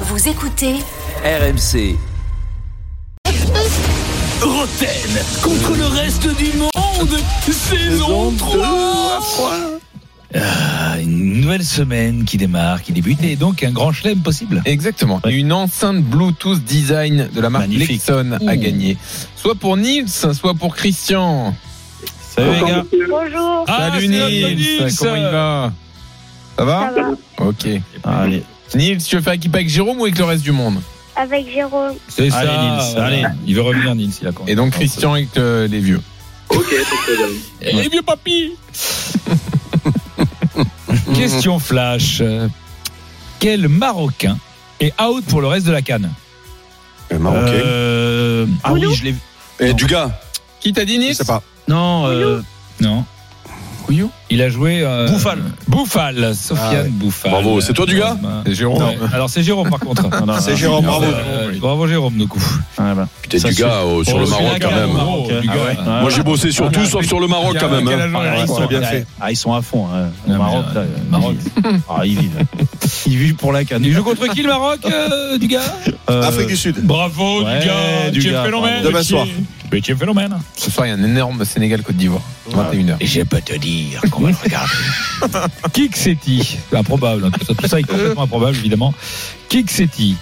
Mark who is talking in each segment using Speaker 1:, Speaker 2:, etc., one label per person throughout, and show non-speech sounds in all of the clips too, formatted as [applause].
Speaker 1: Vous écoutez
Speaker 2: RMC. Roten contre le reste du monde, saison 3 Ah, Une nouvelle semaine qui démarre, qui débute, et donc un grand chelem possible.
Speaker 3: Exactement. Une enceinte Bluetooth design de la marque
Speaker 2: Magnifique.
Speaker 3: Lexon a
Speaker 2: Ouh.
Speaker 3: gagné. Soit pour Niels, soit pour Christian.
Speaker 2: Salut les gars.
Speaker 4: Bonjour,
Speaker 3: Salut Niels, comment il va Ça va
Speaker 4: ça va
Speaker 3: Ok.
Speaker 5: Ah,
Speaker 2: Allez,
Speaker 3: Niels, tu veux faire équipe avec Jérôme ou avec le reste du monde
Speaker 4: Avec Jérôme.
Speaker 2: c'est
Speaker 5: Allez, Nils, allez, il veut revenir, Nils, il a compris.
Speaker 3: Et donc Christian avec euh, les vieux. Ok, Les vieux
Speaker 6: [laughs]
Speaker 3: papis
Speaker 5: Question flash. Euh, Quel Marocain est out pour le reste de la canne
Speaker 6: Euh, Marocain.
Speaker 5: Euh, Ah oui, je l'ai vu.
Speaker 6: Et du gars,
Speaker 3: Qui t'a dit
Speaker 6: je
Speaker 3: Niels
Speaker 6: sais pas.
Speaker 5: Non, euh, non. Il a joué. euh,
Speaker 2: Bouffal.
Speaker 5: Bouffal, Sofiane
Speaker 6: Ah ouais.
Speaker 5: Bouffal.
Speaker 6: Bravo, c'est toi, du gars
Speaker 5: Euh,
Speaker 3: C'est Jérôme.
Speaker 5: ouais. Alors c'est Jérôme par contre.
Speaker 6: C'est Jérôme, bravo.
Speaker 5: Euh, bravo Jérôme, du coup.
Speaker 6: Putain,
Speaker 5: Ça,
Speaker 6: du
Speaker 5: c'est-
Speaker 6: gars oh, sur
Speaker 5: Oh,
Speaker 6: le
Speaker 5: celui-là,
Speaker 6: Maroc quand
Speaker 5: carrément,
Speaker 6: même.
Speaker 5: bravo, du gars.
Speaker 3: ouais.
Speaker 6: Moi j'ai bossé sur tout sauf sur le Maroc quand même. hein.
Speaker 5: Ah, ils sont-
Speaker 7: Ah, ils sont à fond. hein. Au
Speaker 5: Non, mais,
Speaker 7: Maroc,
Speaker 5: euh,
Speaker 7: là,
Speaker 5: Maroc.
Speaker 7: ils vivent. Ah, ils vivent. Ils vivent pour la canne.
Speaker 5: Il joue contre qui le Maroc, euh, du gars
Speaker 7: Euh,
Speaker 6: Afrique du Sud.
Speaker 5: Bravo,
Speaker 7: Ouais, du
Speaker 5: tu es
Speaker 7: gars,
Speaker 5: phénomène.
Speaker 7: bravo.
Speaker 6: Demain
Speaker 5: tu-
Speaker 6: soir.
Speaker 5: Mais tu es phénomène.
Speaker 3: Ce soir, il y a un énorme Sénégal-Côte d'Ivoire. 21h.
Speaker 2: je peux te dire qu'on va le regarder.
Speaker 5: [laughs] Kiksetti, improbable, hein, tout ça, tout ça est complètement improbable évidemment. Kiksetti,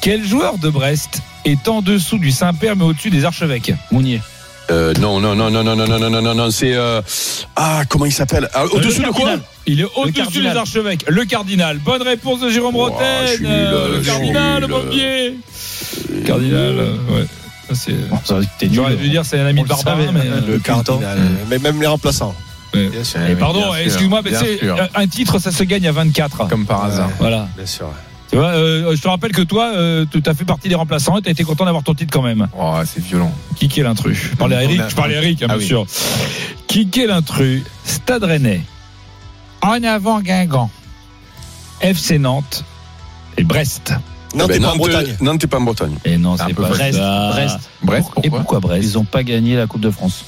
Speaker 5: quel joueur de Brest est en dessous du Saint-Père mais au-dessus des archevêques Mounier.
Speaker 6: Euh, non, non, non, non, non, non, non, non, non, non, non, c'est. euh, Ah, comment il s'appelle Ah, Au-dessus de quoi
Speaker 5: Il est au-dessus des
Speaker 7: cardinal.
Speaker 5: archevêques. Le cardinal. Bonne réponse de Jérôme
Speaker 6: Ouah,
Speaker 5: Rotten.
Speaker 6: je suis nul,
Speaker 5: euh,
Speaker 6: je
Speaker 5: Le
Speaker 6: suis
Speaker 5: cardinal, le
Speaker 6: nul.
Speaker 5: pompier. Cardinal, euh, ouais. Ça, C'est. euh,
Speaker 7: Bon, ça, T'es nul.
Speaker 5: J'aurais dû dire c'est un ami
Speaker 7: On
Speaker 5: de
Speaker 7: le
Speaker 5: Barbara,
Speaker 7: savait,
Speaker 5: mais.
Speaker 7: hein,
Speaker 5: euh,
Speaker 7: le cardinal.
Speaker 8: Mmh.
Speaker 6: Mais même les remplaçants.
Speaker 5: Ouais.
Speaker 6: Bien sûr.
Speaker 5: et pardon,
Speaker 3: Bien sûr,
Speaker 5: excuse-moi, mais
Speaker 3: bien
Speaker 5: c'est
Speaker 3: sûr.
Speaker 5: euh, un titre, ça se gagne à 24.
Speaker 3: Comme par hasard.
Speaker 5: Voilà.
Speaker 6: Bien sûr.
Speaker 5: Tu vois, euh, je te rappelle que toi, euh, tu as fait partie des remplaçants et tu as été content d'avoir ton titre quand même.
Speaker 3: Oh, c'est violent.
Speaker 5: Qui est l'intrus Je parlais à Eric, je parlais à Eric, hein,
Speaker 3: Ah
Speaker 5: bien
Speaker 3: oui.
Speaker 5: sûr. Qui est l'intrus Stade Rennais. En avant Guingamp. FC Nantes. Et Brest.
Speaker 6: Non, t'es pas en Bretagne. Non, euh, t'es pas en Bretagne.
Speaker 5: Et non,
Speaker 3: C'est un
Speaker 5: c'est
Speaker 3: peu
Speaker 5: pas
Speaker 7: Brest,
Speaker 5: ça.
Speaker 7: Brest.
Speaker 3: Bref,
Speaker 5: Et
Speaker 3: pourquoi
Speaker 5: pourquoi Brest
Speaker 7: Ils ont pas gagné la Coupe de France.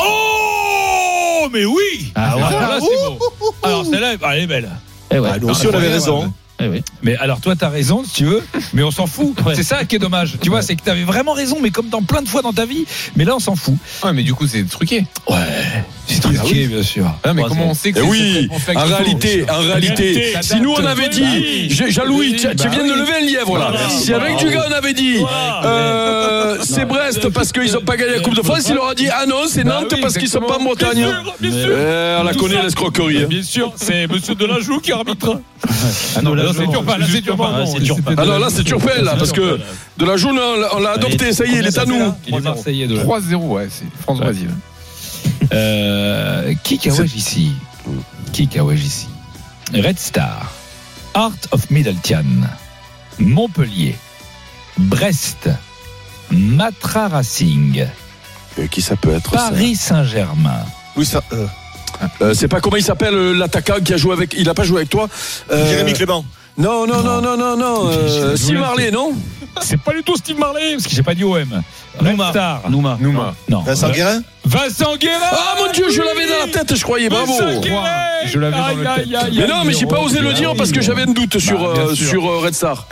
Speaker 5: Oh, mais oui
Speaker 7: Ah ouais.
Speaker 5: Alors là, c'est beau. Alors celle-là, elle est belle.
Speaker 7: Eh
Speaker 5: Ah,
Speaker 7: ouais.
Speaker 6: Ah, nous aussi, on avait raison.
Speaker 7: Eh oui.
Speaker 5: Mais alors toi t'as raison si tu veux, mais on s'en fout.
Speaker 7: [laughs] Ouais.
Speaker 5: C'est ça qui est dommage. Tu vois, c'est que t'avais vraiment raison, mais comme dans plein de fois dans ta vie, mais là on s'en fout.
Speaker 3: Ouais, mais du coup, c'est truqué.
Speaker 5: Ouais. C'est truqué bien sûr.
Speaker 3: Ah, mais
Speaker 7: Ouais,
Speaker 3: comment on sait que
Speaker 6: Eh
Speaker 3: c'est
Speaker 6: oui,
Speaker 3: cette réponse-là
Speaker 6: en
Speaker 3: qu'il faut
Speaker 6: réalité, en réalité,
Speaker 5: Réalité,
Speaker 6: si nous on avait
Speaker 5: bah oui.
Speaker 6: dit, j'ai- Jaloui, tu tu viens de lever un lièvre là.
Speaker 5: Voilà.
Speaker 6: Si avec du gars on avait dit, euh, c'est Brest parce qu'ils n'ont pas gagné la Coupe de France, il leur a dit, ah non, c'est
Speaker 5: Bah
Speaker 6: Nantes
Speaker 5: oui,
Speaker 6: parce qu'ils sont pas en
Speaker 5: exactement.
Speaker 6: Bretagne.
Speaker 5: Bien sûr, bien
Speaker 7: Mais-
Speaker 5: sûr.
Speaker 6: Eh, on la
Speaker 5: Tout
Speaker 6: connaît
Speaker 5: ça.
Speaker 6: l'escroquerie. hein.
Speaker 5: Bien sûr, c'est Monsieur Delajoux qui arbitre.
Speaker 7: Ah non, là,
Speaker 5: c'est Turpin, là c'est Turpin.
Speaker 7: Ah,
Speaker 5: Non,
Speaker 7: c'est
Speaker 5: c'était
Speaker 7: Turpin.
Speaker 5: Delajoux.
Speaker 6: Ah non, là c'est Turpin là, parce que de la jaune on l'a- on l'a adopté, ça y est, il est à nous.
Speaker 5: Il est Marseillais de
Speaker 3: 3-0, ouais, c'est France-Brésil.
Speaker 5: Euh, qui Kawaj ici Qui Kawaj ici Red Star, Art of Middletown, Montpellier, Brest, Matra Racing,
Speaker 6: Euh, Qui ça peut être ça
Speaker 5: Paris Saint-Germain.
Speaker 6: Oui, ça. euh, euh, c'est pas comment il s'appelle euh, l'attaquant qui a joué avec. Il a pas joué avec toi. Jérémy Clément. Non, non, non, non, non, non. Euh, Steve Marley, non
Speaker 5: C'est pas du tout Steve Marley, parce que j'ai pas dit OM. Red
Speaker 7: Nouma.
Speaker 5: Star.
Speaker 7: Nouma.
Speaker 3: Nouma.
Speaker 5: Non.
Speaker 8: Vincent Guérin
Speaker 5: Vincent Guérin
Speaker 6: Ah mon dieu, je l'avais dans la tête, je croyais, bravo
Speaker 5: Vincent Guérin
Speaker 3: Je l'avais dans
Speaker 5: Aïe,
Speaker 3: le
Speaker 5: aïe, aïe,
Speaker 6: Mais
Speaker 5: aïe,
Speaker 6: non, mais j'ai pas osé le
Speaker 5: Guérin.
Speaker 6: dire parce que j'avais un doute sur,
Speaker 5: Bah, bien
Speaker 6: euh,
Speaker 5: sûr.
Speaker 6: sur euh, Red Star.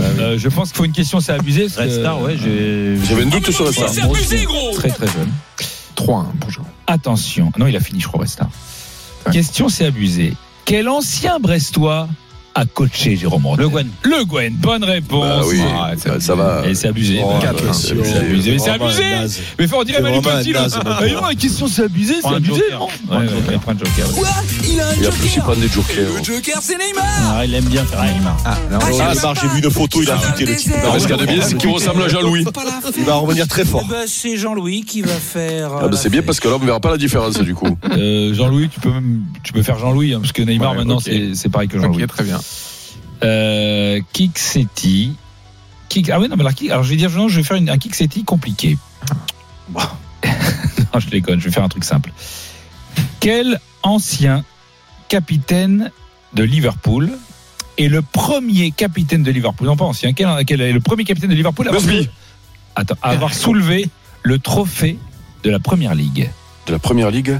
Speaker 5: Euh, je pense qu'il faut une question, c'est abusé. parce
Speaker 7: Bah Red
Speaker 5: que-
Speaker 7: Star, ouais, j'ai.
Speaker 6: J'avais un doute sur Red Star.
Speaker 7: Moi aussi.
Speaker 5: Très très jeune.
Speaker 3: 3-1 pour Jérôme.
Speaker 5: Attention. Non, il a fini, je crois, Brest. hein. Question, c'est abusé. Quel ancien Brestois a coaché Jérôme Rotten
Speaker 7: Le Gwen.
Speaker 5: Le Gwen, bonne réponse.
Speaker 6: Bah oui,
Speaker 5: Ah, c'est
Speaker 6: ça,
Speaker 5: abusé.
Speaker 6: ça va.
Speaker 5: Et c'est abusé.
Speaker 8: Oh,
Speaker 5: Quatre,
Speaker 8: bah,
Speaker 5: hein.
Speaker 8: c'est abusé.
Speaker 5: C'est abusé. Mais c'est
Speaker 8: Vraiment
Speaker 5: abusé.
Speaker 8: un naze.
Speaker 5: Mais faut on dirait
Speaker 8: C'est
Speaker 5: Manu Ah,
Speaker 8: vraiment un
Speaker 5: Petit, là.
Speaker 8: naze, mon
Speaker 5: Mais non, la question, c'est abusé, c'est
Speaker 7: Prends un
Speaker 5: abusé,
Speaker 7: joker.
Speaker 5: non
Speaker 7: Prends un
Speaker 5: Ouais,
Speaker 7: joker.
Speaker 5: ouais, prends un joker, ouais.
Speaker 2: Il a un
Speaker 6: Il a plus, il
Speaker 2: joker.
Speaker 6: prend des jokers.
Speaker 2: Le joker, c'est Neymar.
Speaker 7: Ah, il aime bien faire Neymar.
Speaker 3: Ah, non,
Speaker 2: Ah,
Speaker 8: Oh,
Speaker 2: ça
Speaker 8: il
Speaker 2: va
Speaker 8: marche,
Speaker 2: pas.
Speaker 8: j'ai vu une photo, il
Speaker 2: Ça
Speaker 8: a
Speaker 2: va
Speaker 8: insulté
Speaker 2: le
Speaker 8: le type.
Speaker 2: désert.
Speaker 6: Non, mais ce qu'il y a de bien, c'est qu'il ressemble à Jean-Louis.
Speaker 2: Pas la
Speaker 8: Il
Speaker 2: faire.
Speaker 8: va revenir très
Speaker 6: [laughs]
Speaker 8: fort.
Speaker 2: Eh ben, c'est Jean-Louis qui va faire. euh,
Speaker 6: Ah, bah, c'est bien parce que là, on verra pas la différence du coup.
Speaker 5: Euh, Jean-Louis, tu peux même, tu peux faire Jean-Louis, hein, parce que Neymar
Speaker 3: Ouais,
Speaker 5: maintenant
Speaker 3: ok.
Speaker 5: c'est- c'est pareil que Jean-Louis.
Speaker 3: ok, très bien. Ah,
Speaker 5: Euh, kick City. Kick... Ah oui, non, mais alors, kick- alors je vais dire, non, je vais faire une- un kick City compliqué. [laughs] non, je déconne, je vais faire un truc simple. Quel ancien capitaine de Liverpool est le premier capitaine de Liverpool Non, pas ancien. Quel, quel est le premier capitaine de Liverpool à avoir,
Speaker 6: [laughs] Busby,
Speaker 5: Attends, à avoir soulevé le trophée de la première ligue
Speaker 6: de la première ligue.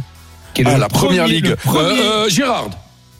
Speaker 5: Quel est
Speaker 6: Ah,
Speaker 5: le
Speaker 6: la première
Speaker 5: premier-
Speaker 6: ligue.
Speaker 5: le premier-
Speaker 6: Euh, euh, Gérard.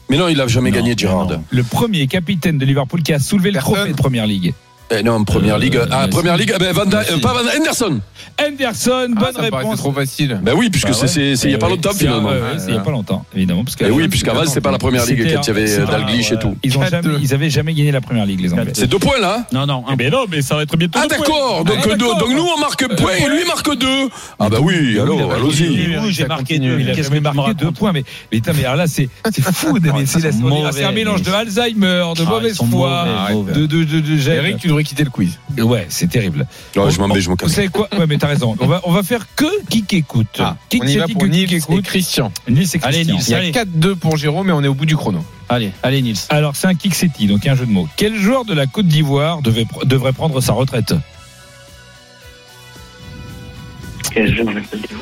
Speaker 6: Mais non, il n'a jamais
Speaker 5: Non,
Speaker 6: gagné,
Speaker 5: mais
Speaker 6: Girard.
Speaker 5: non. Le premier capitaine de Liverpool qui a soulevé le
Speaker 3: Personne.
Speaker 5: trophée de Première Ligue.
Speaker 6: Eh non, première
Speaker 5: Euh,
Speaker 6: ligue. Ah,
Speaker 5: mais
Speaker 6: première
Speaker 5: si.
Speaker 6: ligue. eh ben, Van Dijk-
Speaker 5: Mais si.
Speaker 6: euh, pas Van Dijk, Henderson.
Speaker 5: Henderson,
Speaker 3: Ah,
Speaker 5: bonne
Speaker 3: ça me paraissait
Speaker 5: réponse.
Speaker 3: trop facile.
Speaker 6: Ben oui, puisque
Speaker 5: Bah
Speaker 6: c'est
Speaker 5: ouais.
Speaker 6: c'est- c'est il n'y a
Speaker 5: Eh
Speaker 6: pas
Speaker 5: oui,
Speaker 6: longtemps
Speaker 5: c'est-
Speaker 6: finalement.
Speaker 5: ouais, ouais, c'est il n'y a pas longtemps, évidemment. Parce
Speaker 6: Eh
Speaker 5: qu'avant,
Speaker 6: oui, puisqu'avant, c'était pas la première ligue.
Speaker 5: c'était-
Speaker 6: Quand il y avait euh,
Speaker 5: c'était-
Speaker 6: Dalglish et tout.
Speaker 5: Ils n'ont jamais,
Speaker 3: 4-2.
Speaker 5: ils avaient jamais gagné la première ligue, les Anglais.
Speaker 6: C'est deux points là. hein.
Speaker 7: Non, non, un
Speaker 5: Mais non, mais ça va être bientôt.
Speaker 6: Ah d'accord. Donc,
Speaker 5: Ah,
Speaker 6: euh,
Speaker 5: d'accord.
Speaker 6: donc nous on marque point et lui marque deux. Ah bah oui. Alors, allons-y.
Speaker 5: Oui, j'ai
Speaker 7: Ça
Speaker 5: marqué
Speaker 7: continue.
Speaker 5: deux. Il a
Speaker 7: Qu'est-ce que
Speaker 5: jamais
Speaker 7: tu me
Speaker 5: marqué
Speaker 7: racontes
Speaker 5: deux points. Mais, mais, putain, mais alors là, c'est c'est fou. mais
Speaker 7: Ah,
Speaker 5: c'est la-
Speaker 7: ils sont mauvais,
Speaker 5: c'est un mélange
Speaker 7: mais-
Speaker 5: de Alzheimer, de
Speaker 7: Ah,
Speaker 5: mauvaise
Speaker 7: ils sont
Speaker 5: foi,
Speaker 7: mauvais, mauvais.
Speaker 5: de, de, de, de gêne.
Speaker 3: Eric, tu devrais quitter le quiz.
Speaker 5: Ouais, c'est terrible.
Speaker 6: Non, je m'en vais, je me
Speaker 5: Vous
Speaker 6: casse.
Speaker 5: savez quoi Ouais, mais t'as raison. On va, on va faire que qui écoute. qui
Speaker 3: on y va
Speaker 5: dit
Speaker 3: pour
Speaker 5: que
Speaker 3: Nils
Speaker 5: qui
Speaker 3: et
Speaker 5: écoute
Speaker 3: Christian.
Speaker 5: Nice et
Speaker 7: Allez,
Speaker 5: Christian.
Speaker 7: Nice.
Speaker 3: Il y a
Speaker 7: Allez.
Speaker 3: 4-2 pour Jérôme, mais on est au bout du chrono.
Speaker 7: Allez, allez, Nils.
Speaker 5: Alors, c'est un kick setti, donc il y a un jeu de mots. Quel joueur de la Côte d'Ivoire devait- devrait prendre sa retraite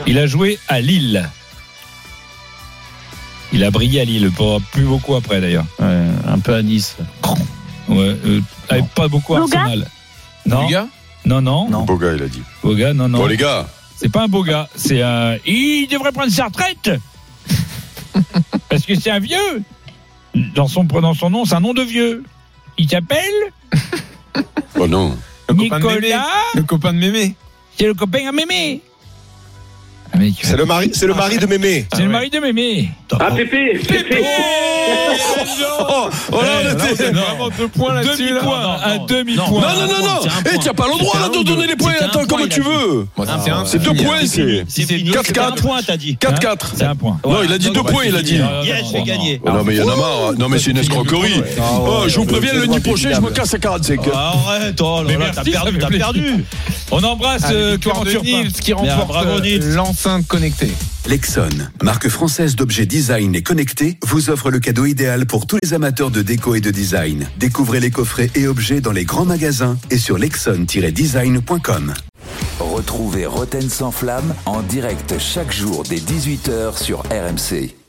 Speaker 5: Il a joué à Lille. Il a brillé à Lille, pas plus beaucoup après d'ailleurs.
Speaker 7: Ouais, un peu à Nice.
Speaker 5: Ouais, euh, ah, pas beaucoup à
Speaker 1: Boga
Speaker 5: Arsenal. Non,
Speaker 3: Les gars
Speaker 5: non, non,
Speaker 7: Non.
Speaker 6: Beau gars, il a dit.
Speaker 5: Boga, non, non.
Speaker 6: Bon les gars.
Speaker 5: C'est pas un beau gars, c'est un. Il devrait prendre sa retraite Parce que c'est un vieux Dans son, dans son nom, c'est un nom de vieux. Il s'appelle
Speaker 6: Oh non.
Speaker 3: Le copain de Mémé.
Speaker 5: Nicolas.
Speaker 3: Le copain de Mémé.
Speaker 5: C'est le copain à Mémé.
Speaker 4: C'est le mari, c'est le mari de Mémé.
Speaker 5: C'est le mari de Mémé.
Speaker 8: Ah, Pépé
Speaker 5: Pépé
Speaker 6: Oh, oh là, on était-
Speaker 3: Vraiment deux points là-dessus.
Speaker 5: Demi-point,
Speaker 3: là.
Speaker 7: Non, non,
Speaker 5: un
Speaker 7: non.
Speaker 5: demi-point.
Speaker 6: Non, non, non, non.
Speaker 7: C'est un
Speaker 6: Eh,
Speaker 7: point.
Speaker 6: t'as pas le droit là,
Speaker 7: C'était
Speaker 6: de
Speaker 7: un
Speaker 6: donner les
Speaker 7: ou
Speaker 6: points.
Speaker 7: deux C'était
Speaker 6: Attends,
Speaker 7: un
Speaker 6: comme
Speaker 7: point,
Speaker 6: tu
Speaker 7: il a dit.
Speaker 6: veux.
Speaker 3: Bon,
Speaker 7: Ah,
Speaker 3: c'est un
Speaker 6: C'est deux
Speaker 3: fini, hein.
Speaker 6: points, c'est
Speaker 7: C'est fini,
Speaker 6: quatre,
Speaker 7: c'était un
Speaker 6: quatre.
Speaker 7: point, t'as dit.
Speaker 6: 4-4.
Speaker 5: C'est un point.
Speaker 6: Non, il a dit deux points, il a dit.
Speaker 7: Yes, j'ai gagné.
Speaker 6: Oh non, mais il y en a marre. Non, mais c'est une escroquerie. Oh, je vous préviens, lundi prochain, je me casse à 45.
Speaker 7: Arrête, oh
Speaker 5: Mais
Speaker 7: là là,
Speaker 5: merci,
Speaker 7: t'as
Speaker 5: ça
Speaker 7: perdu,
Speaker 5: fait
Speaker 7: t'as
Speaker 5: plaisir.
Speaker 7: perdu.
Speaker 5: On embrasse
Speaker 3: Ah,
Speaker 5: euh,
Speaker 3: victoire
Speaker 5: Clément
Speaker 3: de
Speaker 5: Turpin.
Speaker 3: Nils qui
Speaker 7: Mais, ah,
Speaker 3: remporte
Speaker 7: bravo,
Speaker 3: euh,
Speaker 7: Nils.
Speaker 3: l'enceinte connectée.
Speaker 9: Lexon, marque française d'objets design et connectés, vous offre le cadeau idéal pour tous les amateurs de déco et de design. Découvrez les coffrets et objets dans les grands magasins et sur lexon-design.com.
Speaker 10: Retrouvez Roten sans flamme en direct chaque jour dès 18h sur RMC.